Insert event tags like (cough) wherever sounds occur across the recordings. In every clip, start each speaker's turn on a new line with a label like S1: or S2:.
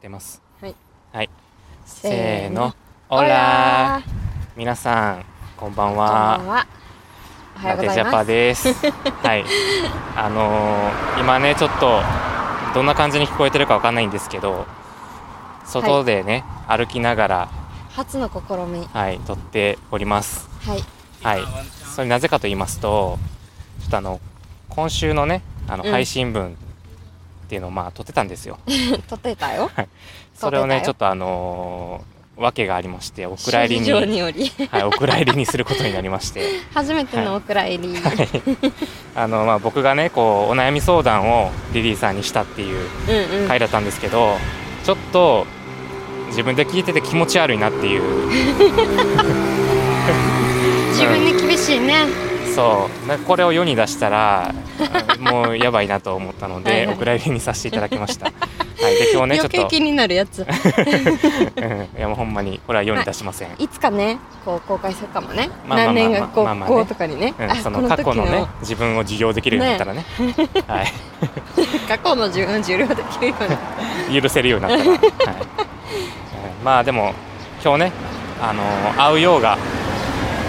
S1: てます
S2: はい、
S1: はい、
S2: せ
S1: せーのオ
S2: オ
S1: ラ
S2: ラー
S1: 皆さんこんばん
S2: こんばん
S1: は
S2: はおはようござ
S1: ラ
S2: い
S1: テジャパ
S2: ます
S1: ですはいあのー今ねちょっとどんな感じに聞こえてるかわかんないんですけど外でね、歩きながら
S2: 初の試みは
S1: はい撮っております
S2: い (laughs)
S1: はいそれなぜかと言いますとちょっとあの今週のねあの
S2: うん
S1: 配信分っていうのをまあ (laughs) 撮ってたんですよ、
S2: 撮ってた
S1: (laughs)
S2: よ
S1: それをね
S2: 撮
S1: ちょ
S2: っ
S1: っとあのー訳がありましてお
S2: て
S1: 蔵
S2: たよ
S1: 入り (laughs)
S2: 諸事情
S1: に
S2: より
S1: はい、お蔵入りにすることになりまして
S2: 初めてのお蔵入り、
S1: はいあの、まあ、僕がねこうお悩み相談をリリーさんにしたっていう
S2: うんうん、
S1: 回だったんですけどちょっと自分で聞いてて気持ち悪いなっていう
S2: 自分に厳しいね
S1: そうなんかこれを世に出したらあもうやばいなと思ったので
S2: はいはい
S1: お蔵入りにさせていただきました。はい、で今日ねちょ
S2: 余
S1: っ
S2: 計
S1: と
S2: 気になるやつ
S1: (laughs) うんいやもうほんまにこれは世に出しません。
S2: いつかねこう公開するかもね、
S1: まあまあまあ
S2: 何年学校、
S1: まあまあね
S2: こうとかにね、
S1: うん
S2: あ
S1: その過去のね自分を授業できるようになったらねはい
S2: 過去の自分の重量できるように
S1: 許せるようになったら、はいうんまあでも今日ね、あの会うようが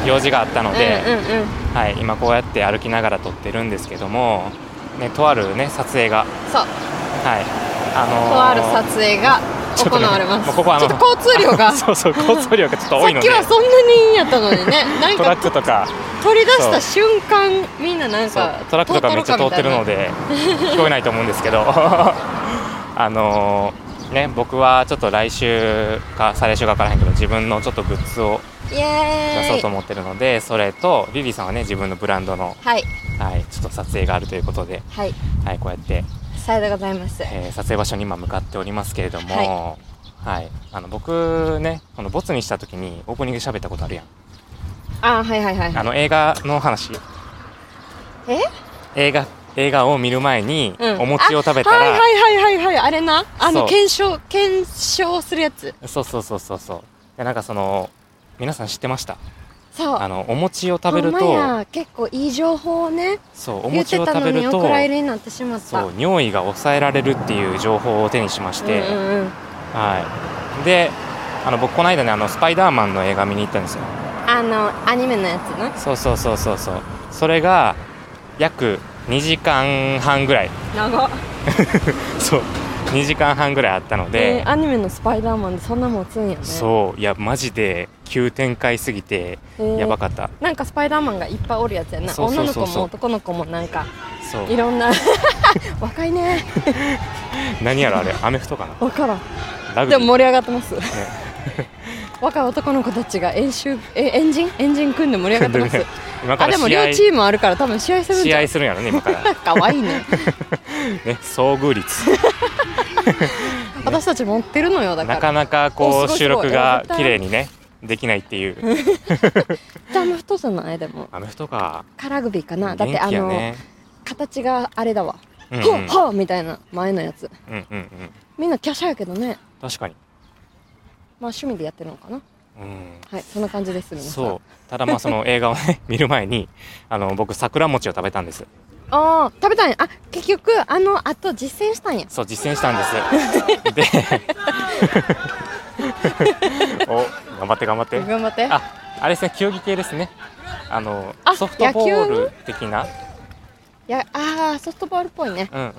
S1: 用事があったの (laughs) で、
S2: うんうんうん
S1: はい、今こうやって歩きながら撮ってるんですけども、ね、とあるね撮影が、
S2: そう
S1: はいあの
S2: とある撮影が
S1: ちょっと
S2: 行
S1: ね
S2: われます
S1: も
S2: ちょ
S1: うここはあの
S2: っと交通量
S1: (laughs)
S2: がさ
S1: そうそう交通量がちょっと多い
S2: っ
S1: の
S2: き
S1: で
S2: はそんなにいいんやったのにね
S1: (laughs)
S2: なん
S1: トラ
S2: か
S1: ックとか
S2: 取り出した瞬間みんななん
S1: そう
S2: か
S1: トラックとかめっちゃ通ってるの
S2: で
S1: で聞こえないと思うんですけど (laughs) あのーね僕はちょっと来週か再来週か分からへんけど自分のちょっとグッズを
S2: イエ
S1: 出そうと
S2: ーイ
S1: 思ってるのでそれとリリーさんはね自分のブランドの、
S2: はい
S1: はい、ちょっと撮影があるということで、
S2: はい
S1: はい、こうやって、
S2: さようでございます
S1: えー撮影場所に今向かっておりますけれども、はいあの僕ねこのボツにした時にオープニングで喋ったことあるやん
S2: あーはいはいはい
S1: あの映画の話
S2: え
S1: 映画映画を見る前に
S2: うん
S1: お餅を食べた
S2: は
S1: ら、
S2: いはいはいはいはいあれな
S1: そ
S2: あの
S1: う
S2: 検証検証するやつ
S1: そうそうそうそうそうでなんかその皆さん知ってました
S2: そう
S1: あのお餅を食べる
S2: ほんま
S1: と
S2: や結構いい情報をね
S1: そうお
S2: 言っ
S1: 餅
S2: て
S1: を
S2: た
S1: 食
S2: の
S1: べ
S2: に
S1: る
S2: お
S1: と
S2: 蔵入りになってしまった
S1: そう尿意が抑えられるっていう情報を手にしまして、
S2: うんうんうん、
S1: はい、であの僕この間ねあのスパイダーマンの映画見に行ったんですよ
S2: あのアニメのやつな
S1: そうそうそうそうそうそれが約2時間半ぐらい (laughs)
S2: 長っ
S1: そう2時間半ぐらいあったので、
S2: えーアニメのスパイダーマンでそんなもん打つんやね
S1: そういやマジで急展開すぎて
S2: えー
S1: やばかった、
S2: なんかスパイダーマンがいっぱいおるやつやな
S1: そうそうそうそう
S2: 女の子も男の子もなんか
S1: そう
S2: いろんな (laughs) 若いね
S1: 何やろあれアメフトかな
S2: 分からん
S1: ラグビ
S2: で
S1: ー
S2: も盛り上がってます若い男の子たちが演習えエンジンエンジン組んで盛り上がってます
S1: ね今か
S2: あ
S1: ら
S2: でも
S1: 試合
S2: 両チームあるから多分試合するんじ
S1: 試
S2: ゃん
S1: 合するんやろね今から
S2: かわい
S1: (laughs)
S2: いね
S1: ね遭遇率
S2: (laughs) 私たち持ってるのよだか
S1: な
S2: ら
S1: かなかこう
S2: おすごいすごい
S1: 収録が
S2: 絶対
S1: 綺麗にねできないっていう
S2: ジャム太さないでも
S1: アメフトか
S2: カラグビーかな
S1: 元
S2: だっ
S1: 気
S2: てあ
S1: や
S2: の、
S1: ね
S2: 形があれだわ、
S1: うんうん
S2: ほっほっみたいな前のやつ
S1: うんうんうん
S2: みんな華奢やけどね
S1: 確かに
S2: まあ趣味でやってるのかな
S1: うん
S2: はいそんな感じです皆さん
S1: そうただまあその映画をね見る前にあの僕桜餅を食べたんです
S2: ああ食べたんやあ結局あのあと実践したんや
S1: そう実践したんですでお頑張って頑張って
S2: 頑張って
S1: ああれですね球技系ですねあの
S2: あ
S1: ソフトボ
S2: 野球
S1: ー
S2: の
S1: ル的ない
S2: やあーソフトボールっぽいね
S1: うんうん
S2: は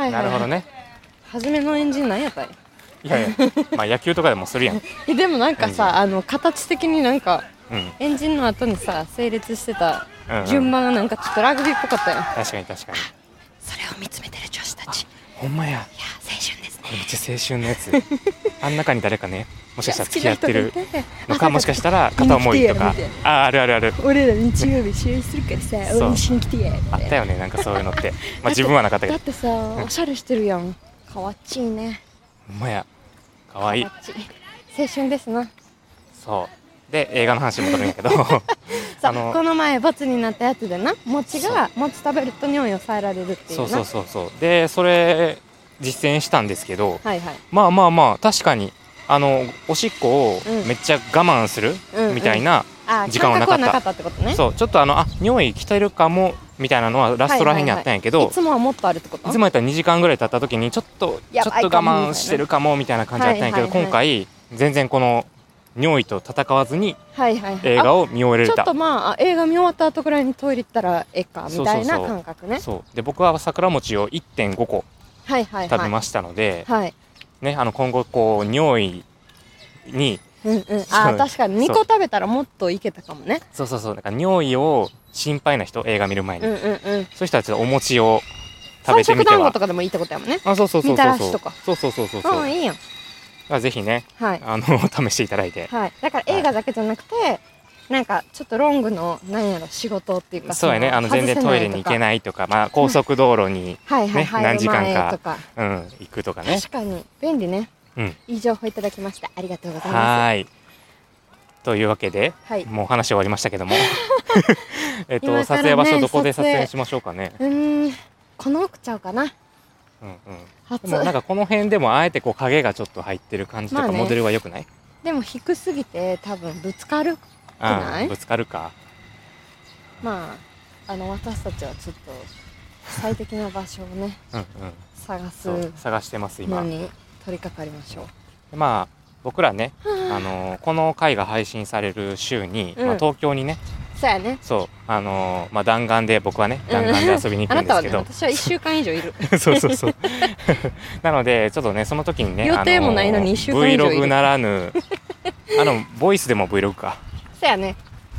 S1: う
S2: い
S1: ん
S2: は、
S1: ないるほ
S2: は
S1: ど
S2: い、
S1: ね
S2: 初めのエンジンなんやったんや (laughs)
S1: いやいやまあ野球とかでもするやん
S2: えでもなんか
S1: エン
S2: さあの形的になんか
S1: うん、
S2: エンジンの後にさ整列してた
S1: うんうん
S2: 順番がなんかちょっとラグビーっぽかったやん
S1: 確かに確かに
S2: それを見つめてる女子たちい
S1: ほんまや
S2: や青春ですね
S1: これめっちゃ青春のやつあん中に誰かねもしかしたら付き合っ
S2: 好
S1: て
S2: きな
S1: る
S2: 人がいて
S1: のかもしかしたら片思いとかああるあるある
S2: 俺ら日曜日試合するからさ
S1: そう
S2: 応援しに来てや
S1: あったよねなんかそういうの
S2: (laughs)
S1: ってまあ自分はなかったけど
S2: だってさおしゃれしてるやんかわっちいね
S1: ほんまやかわいい
S2: かわっちい青春ですな
S1: そうで映画の話戻るんや
S2: (laughs)
S1: けど
S2: さ
S1: あの
S2: この前ボツになったやつでな餅が餅食べると尿意を抑えられるってい
S1: (laughs)
S2: う
S1: そ
S2: な
S1: うそうそうそうでそれ実践したんですけど
S2: はいはい
S1: まあまあまあ確かにあのおしっこを
S2: うん
S1: めっちゃ我慢する
S2: うんうん
S1: みたいな
S2: あー
S1: 時間はなかった
S2: 感覚なかったってことね
S1: そうちょっとあのあ尿意来てるかもみたいなのはラストらへんにあったんやけど、
S2: いつもはもっとあるってこと
S1: いつもやったら2時間ぐらい経った時にちょっとちょ
S2: や
S1: っ
S2: ば
S1: と
S2: い
S1: 我
S2: かも
S1: 慢してるかもみたいな感じだったんやけど、
S2: はいはいはい
S1: 今回全然この尿意と戦わずに
S2: はいはいはい
S1: 映画を見終え
S2: あ
S1: ら
S2: ち
S1: れ
S2: ょったとまああ映画見終わった後ぐらいにトイレ行ったらええかみたいな
S1: そうそうそう
S2: 感覚ね
S1: そうで僕は桜餅を1.5個
S2: はいはいはい
S1: 食べましたので、
S2: はい
S1: ね、あの今後こう尿意に
S2: うんうんあ
S1: そ
S2: ー
S1: う
S2: 確かに2個食べたらもっといけたかもね
S1: そうそうそうなんか尿意を心配な人映画見る前に、
S2: うんうんうん
S1: そういう人はちょっとお餅を食
S2: 三
S1: べて
S2: 色
S1: みて
S2: 団子
S1: は
S2: とかでもいいってことやもんね
S1: あそうそうそう
S2: みた
S1: そう
S2: ら
S1: そ
S2: し
S1: う
S2: とか
S1: そうそうそうそう
S2: う
S1: そ
S2: ん
S1: う
S2: いいやん
S1: あぜひね
S2: はい
S1: あの (laughs) 試していただいて
S2: はいだから映画だけじゃなくてなんかちょっとロングのなんやろ仕事っていうか
S1: そうやねあの全然トイレに行け
S2: い
S1: ないとか、まあ、高速道路に、
S2: はいはい
S1: ね
S2: はい
S1: 何時間か
S2: とか
S1: うん、行くとかね
S2: 確かに便利ね
S1: うん
S2: いい情報いただきましたありがとうござい
S1: は
S2: ま
S1: ーいというわけで、
S2: はい
S1: もう話終わりました
S2: (laughs)
S1: けどもえっと、
S2: 今か
S1: 撮
S2: らね
S1: 影場所どこで撮
S2: 撮
S1: 影
S2: 影
S1: しましょうかね
S2: すうーんこの奥ちゃうかな
S1: うんうん
S2: 初
S1: でもなんかこの辺でもあえてこう影がちょっと入ってる感じとか、
S2: まあね
S1: モデルは良くない
S2: でも低すぎて多分ぶつかるない
S1: うんぶつかるか
S2: まああの私たちはちょっと最適な場所をね
S1: うんうん
S2: 探す
S1: そう探してます今
S2: のに取り掛かりましょう
S1: でまあ僕らねあのこの回が配信される週に、
S2: うん
S1: まあ、東京にね
S2: そうやね
S1: そうあのまあ弾丸で僕はね
S2: うん
S1: 弾丸で遊びに行
S2: あ
S1: く
S2: な
S1: です
S2: んたは
S1: け
S2: ね
S1: ど、
S2: 私は1週間以上
S1: (laughs)
S2: いる
S1: そうそうそうなのでちょっとねその時にね
S2: 予定もないのに一週間以上いる
S1: Vlog なら
S2: (laughs)
S1: ぬあのボイスでも Vlog か
S2: そうやね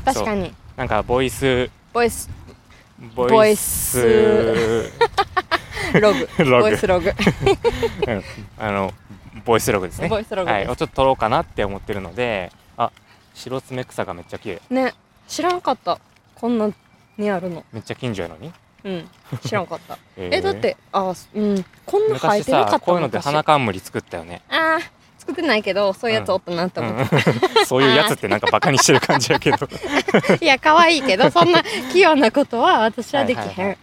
S2: 確かに
S1: なんかボイス
S2: ボイス
S1: ボイス
S2: ボログ
S1: (laughs) ログ
S2: ボイスログ
S1: うんあのボイスログですね
S2: ボイスログ
S1: はい、
S2: で
S1: をちょっと撮ろうかなって思ってるのであ白爪草がめっちゃ綺麗
S2: すね知らんかったこんなにあるの
S1: めっちゃ近所やのに
S2: うん知らんかった
S1: えー
S2: えだってあうんこんな生え
S1: 昔
S2: てなかった
S1: さこういうのって花
S2: 昔
S1: 冠作ったよね
S2: あー作ってないけどそういうやつおったなって思って、
S1: うんそういうやつってなんかバカにしてる感じやけど
S2: (laughs) いや可愛いけどそんな器用なことは私はできへん、
S1: はいはいはい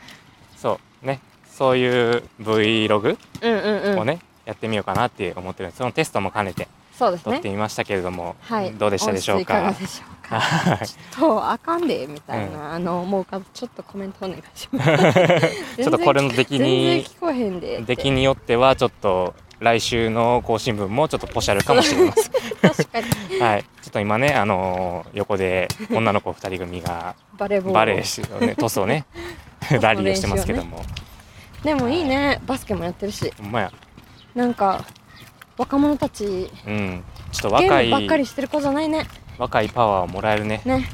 S1: そうねそういう Vlog
S2: うんうんう
S1: を
S2: ん、
S1: ね、やってみようかなって思ってるんですそのテストも兼ねて
S2: そうです
S1: 撮っ
S2: ね
S1: てみましたけれども、
S2: はい
S1: どうでしたでしょうか
S2: 音質いかがでしょうか
S1: はい
S2: ちょっとあかんでみたいな、あのもうかちょっとコメントお願いします
S1: (laughs) ちょっとこれの出来
S2: 全然
S1: に
S2: 聞こえへんでって
S1: 出来によってはちょっと来週の更新分もちょっとポシャるかもしれません
S2: 確かに (laughs)
S1: はいちょっと今ねあのー横で女の子2人組が
S2: (laughs) バレーボール
S1: バレーし、
S2: (laughs)
S1: ね、トスをね
S2: スの練習をね
S1: ラリーをしてますけども、
S2: でもいいねバスケもやってるし
S1: ほんまや
S2: なんか若者たち
S1: うんちょっと
S2: ゲ
S1: 若
S2: ームばっか
S1: い
S2: りしてる子じゃないね
S1: 若いパワーをもらえるね、
S2: ね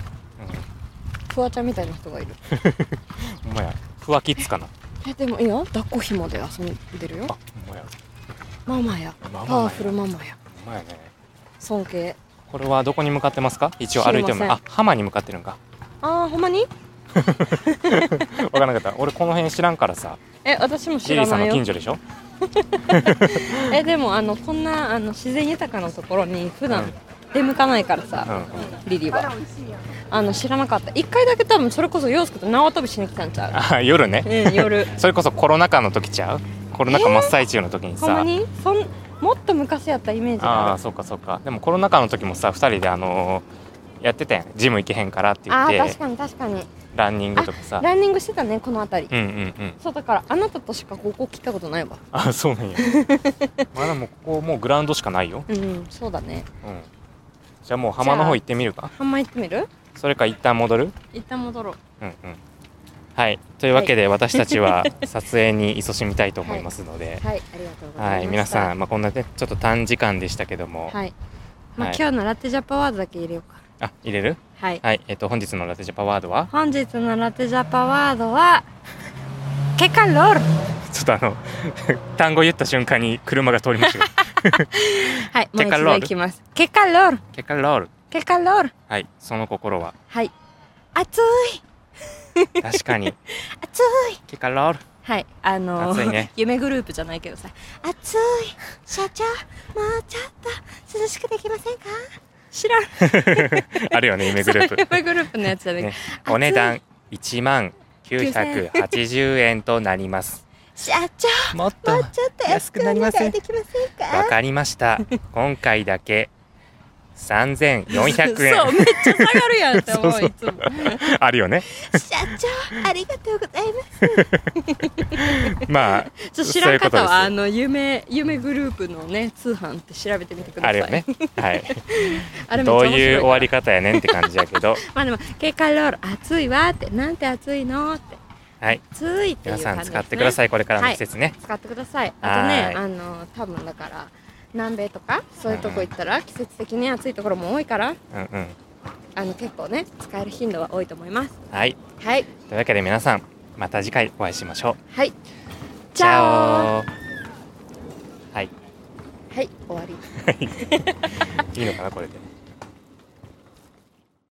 S1: う
S2: フワちゃんみたいな人がいる
S1: ん、ほんまやふわキッズかな
S2: えでもいいよ抱っこひもで遊んでるよ
S1: あほんまや
S2: ママや
S1: ママや
S2: パワフルママや
S1: ほんまやね
S2: 尊敬
S1: これはどこに向かってますか一応歩いて
S2: 知り
S1: も
S2: ません
S1: あ浜に向かってるんか
S2: あーほんまに
S1: 分からなかった俺この辺知らんからさ
S2: え私も
S1: ジェ
S2: 知
S1: リ
S2: ら
S1: ーさん
S2: ない
S1: の近
S2: よ
S1: 所でしょ
S2: えでもあのこんなあの自然豊かなところに普
S1: う
S2: 段
S1: ん
S2: 出向かないから
S1: うんう
S2: さ、
S1: ん
S2: リリーはあの知らなかった一回だけ多分それこそ陽介と縄跳びしに来たんちゃ
S1: あ夜
S2: う
S1: ね
S2: う
S1: (laughs)
S2: ん夜
S1: それこそコロナ禍の時ちゃうコロナ禍真っ最中の時に
S2: ほんま
S1: さ、
S2: にそんもっと昔やったイメージ
S1: あ
S2: があ
S1: あ
S2: る
S1: そうかそうかでもコロナ禍の時もさ2人であのーやってたやんジム行けへんからって言
S2: あ
S1: っ
S2: ー
S1: て
S2: 確かに確かに
S1: ランニングとかさ
S2: ランニングしてたねこの辺り、
S1: うんうんうん
S2: そうだからあなたとしかここ来たことないわ
S1: あそう
S2: (laughs)
S1: なんやまだもうここもうグラウンドしかないよ、
S2: うんそうだね
S1: うん、じゃあもう浜の方行ってみるか
S2: 半枚行ってみる
S1: それか一旦戻る
S2: 一旦戻ろう
S1: うんうんはいというわけで私たち
S2: (laughs)
S1: は撮影に勤しみたいと思いますので、
S2: はいありがとうご
S1: はい
S2: ざいま
S1: 皆
S2: した
S1: さん、まあ、こんなねちょっと短時間でしたけども、
S2: はいまあ、
S1: はい
S2: 今日のラテジャパワードだけ入れようか
S1: あ入れる
S2: はい
S1: はいえっ、と本日のラテジャパワードは (laughs)
S2: 本日のラテジャパワードはケカロール
S1: ちょっとあの (laughs) 単語言った瞬間に車が通りました
S2: (laughs)
S1: けど
S2: はいもう
S1: ケ
S2: 一
S1: カロール
S2: 度いきますケカロール
S1: ケカロール
S2: ケカロール
S1: はいその心は
S2: はい熱い
S1: 確かに
S2: 熱い
S1: ケカロール (laughs)
S2: はいあのー
S1: 暑いね
S2: (laughs) 夢グループじゃないけどさ熱い社長もうちょっと涼しくできませんか知らん
S1: あるよね夢グループ、
S2: 夢グループのやつじゃない、
S1: ね、
S2: 暑い
S1: お値段1万980円となります
S2: 社長
S1: もっと
S2: もうちょっと安
S1: 安
S2: く
S1: く
S2: な
S1: な
S2: り
S1: り
S2: ま
S1: ま
S2: せ
S1: せ
S2: ん
S1: ん
S2: できません
S1: わ
S2: か
S1: かりました。今回だけ3400
S2: そう
S1: 円
S2: めっちゃ下がるやんって思ういつも
S1: (laughs) あるよね
S3: 社長ありがとうございます
S1: ま
S2: (laughs)
S1: あ
S2: ちょっと知らん方は
S1: そう
S2: あ
S1: いうこ
S2: の夢夢グループのね通販って調べてみてく
S1: とです
S2: ださ
S1: あ
S2: い
S1: るよねはい
S2: あれめっ
S1: ど
S2: ち
S1: う
S2: ゃ面白
S1: いう終
S2: から
S1: わり方やねんって感じやけ
S2: (laughs)
S1: ど
S2: まあでも警戒ロール暑いわってなんて暑いのって
S1: はい
S2: 暑いっていう
S1: 皆
S2: 感じです、ね、
S1: さん使ってくださいこれからの季節ね、
S2: 使ってくださいあと
S1: は
S2: ね
S1: い
S2: あの多分だから南米とかそういうとこ行ったら季節的に暑いところも多いから
S1: うんうん
S2: あの結構ね使える頻度は多いと思います
S1: はい
S2: はい
S1: というわけで皆さんまた次回お会いしましょう
S2: はいチャオ
S1: チャオはい
S2: はい終わり
S1: いいのかなこれで